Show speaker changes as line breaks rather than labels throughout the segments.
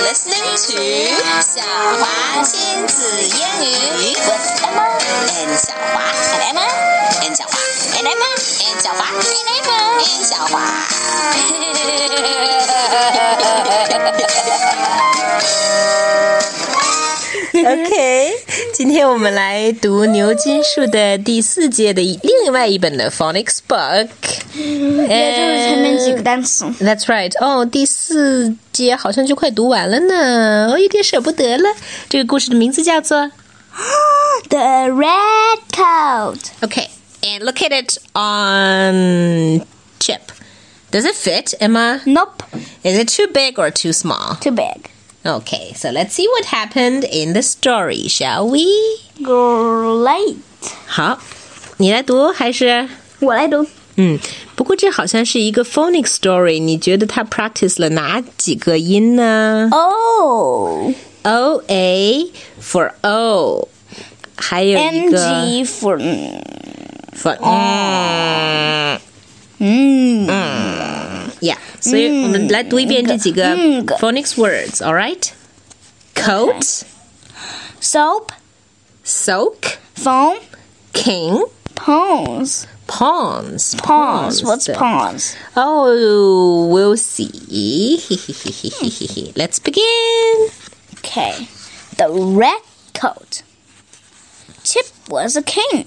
listening to 小华亲子英语 with Emma and 小华 and Emma and 小华 and Emma and 小华 and Emma and 小华。
OK，今天我们来读牛津树的第四届的一另外一本的 Phonics Book。
也就是前面几
Uh,
个单词。
That's right，哦，第四节好像就快读完了呢，哦我有点舍不得了。这个故事的名字叫做
The red coat.
OK，and、look at it on chip。Does it fit, Emma?
Nope,
Is it too big or too small?
too big.
Okay, so let's see what happened in the story, shall we?
Great.
好，你来读还是？
我来读。
嗯，不过这好像是一个 phonic story，你觉得他 practice 了哪几个音呢
O
？O A for O，还有一
N
个
G for
for
Oh.
嗯
嗯
Uh. ，yeah，所以我们来读一遍这几个
嗯个
phonics words，all right？Coat、
soap
soak、
foam
king、
pawns
pawns、
pawns. What's
的
pawns?
Oh, we'll see. Let's begin.
Okay. The red coat. Chip was a king.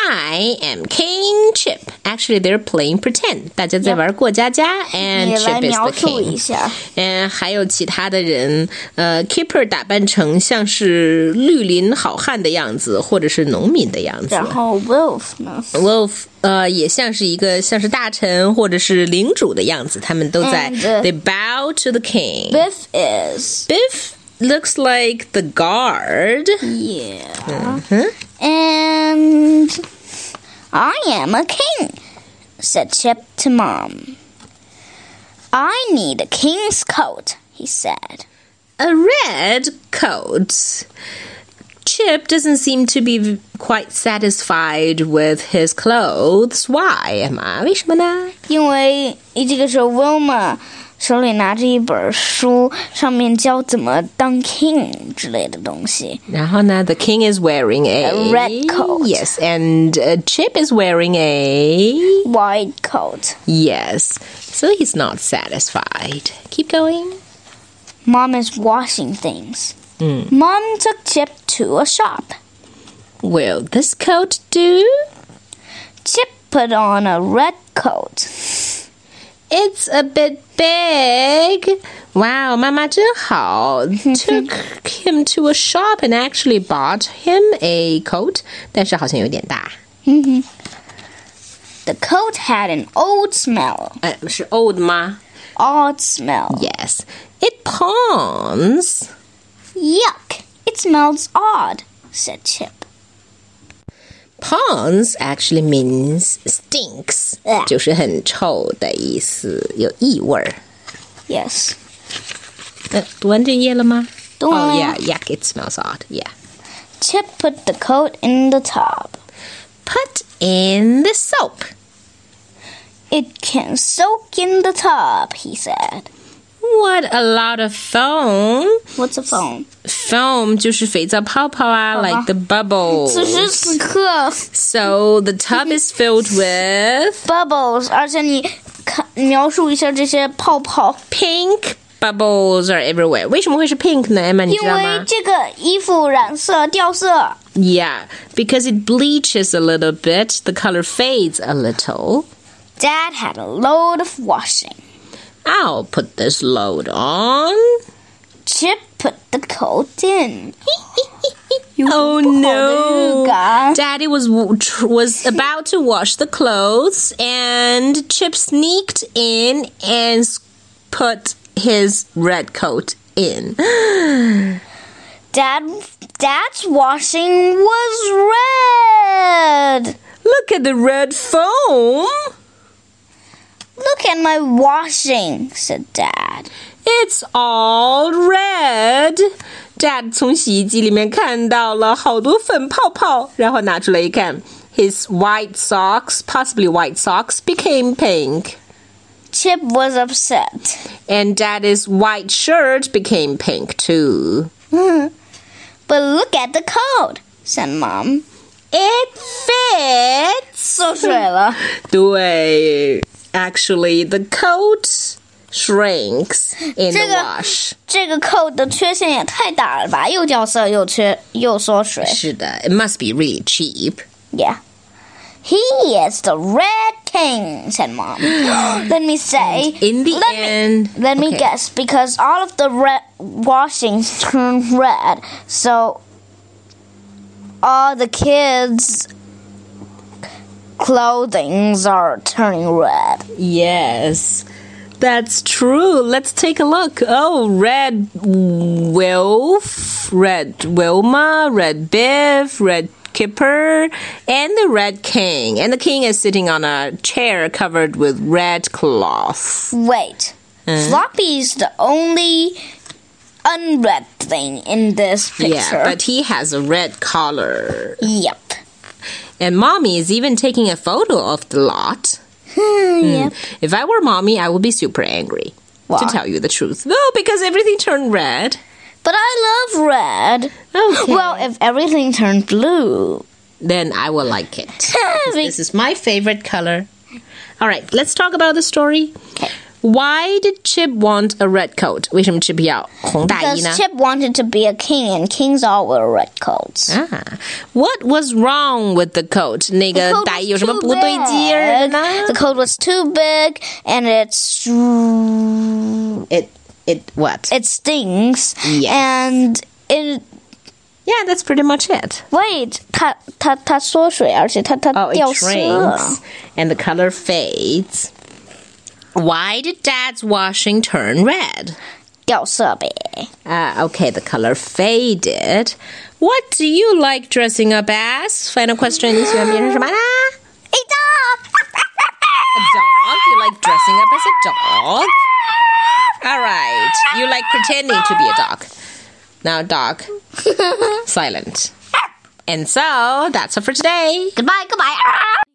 I am King Chip. Actually, they're playing pretend. 大家在
Yep.
玩过家家，and
你来
Chip is
描
the
述
king.
一下。
嗯，还有其他的人，呃，Keeper 打扮成像是绿林好汉的样子，或者是农民的样子。
然后 wolf
Oh.
呢？
Wolf，呃，也像是一个像是大臣或者是领主的样子，他们都在。
And,
They bow to the king.
Biff is
Biff looks like the guard.
Yeah. And I am a king, said Chip to Mom. I need a king's coat, he said.
a red coat. Chip doesn't seem to be quite satisfied with his clothes. Why, Emma? 为什么呢？
因为这个时候 Wilma 手里拿着一本书，上面教怎么当 king 之类的东西。
然后呢？The king is wearing a,
A red coat.
Yes, and uh, Chip is wearing a
White coat.
yes. So he's not satisfied. Keep going.
Mom is washing things. Mom took Chip to a shop.
Will this coat do?
Chip put on a red coat.
It's a bit big. Wow, 妈妈真好 took him to a shop and actually bought him a coat. 但是好像有点大。
The coat had an old smell.
呃，是 old 吗
Odd smell.
？Yes, it pawns.
Yuck! It smells odd, said Chip.
Pawns actually means stinks，、
呃。
就是很臭的意思，有异味儿。呃，读完这页了吗
Yes.
哦、oh,
读完了呀。
yeah, yuck! It smells odd. Yeah.
Chip put the coat in the tub.
Put in the soap.
It can soak in the tub, he said.
What a lot of foam.
What's a phone?
foam 就是肥皂泡泡啊，like the bubbles.
此时此刻
So the tub is filled with
bubbles，而且你看描述一下这些泡泡，因为
pink bubbles are everywhere. 为什么会是 pink 呢，Emma？你知道吗？
这个衣服染色掉色。
Yeah, because it bleaches a little bit, the color fades a little.
Dad had a load of washing.
I'll put this load on.
Chip put the coat in.
Oh
有不好的预感。
no! Daddy was was about to wash the clothes, and Chip sneaked in and s- put his red coat in.
Dad, Dad's washing was red.
Look at the red foam.
Look at my washing, said Dad.
It's all red. Dad 从洗衣机里面看到了好多粉泡泡，然后拿出来一看，his white socks, possibly white socks, became pink.
Chip was upset.
And Daddy's white shirt became pink too.
But look at the coat, said Mom.
It fits.
缩水 了。
Actually, the coat shrinks in the
这个-
wash.
这个扣的缺陷也太大了吧，又掉色又缺又缩水。
是的，it must be really cheap.
Yeah. He is the Red King, said Mom. let me say.
In the
let
end,
Me, let me
okay.
guess, because all of the red washings turned red, so all the kids' clothings are turning red.
Yes, that's true. Let's take a look. Oh, red wolf, red Wilma, red Biff, red Kipper, and the red king. And the king is sitting on a chair covered with red cloth.
Wait.
Hmm?
Floppy's the only unread thing in this picture.
Yeah, but he has a red collar.
Yep.
And mommy is even taking a photo of the lot.
Hmm,
Hmm.
yep.
If I were mommy, I would be super angry.
Why?
To tell you the truth. No, because everything turned red.
But I love red.
Okay.
Well, if everything turned blue.
then I will like it. this is my favorite color. All right, let's talk about the story. Why did Chip want a red coat? 为什么 Chip 要红大衣呢？
Because Chip wanted to be a king, and kings all wear red coats.
Ah, what was wrong with the coat?
The coat was too big.
那个大衣有什么不对劲儿呢？
The coat was too big, and it's
It it what?
it stings.
Yes.
And it
Yeah, that's pretty much it.
wait, 它-它-它缩水，而且它-它
Oh, it
掉色。
shrinks and the color fades. Why did Dad's washing turn red?
掉色呗。
Uh, okay, the color faded. What do you like dressing up as? Final question. 你喜欢变成什么呢？
It's up.
A dog. You like dressing up as a dog. All right. You like pretending to be a dog. Now, dog. Silent. And so that's all for today.
goodbye, goodbye.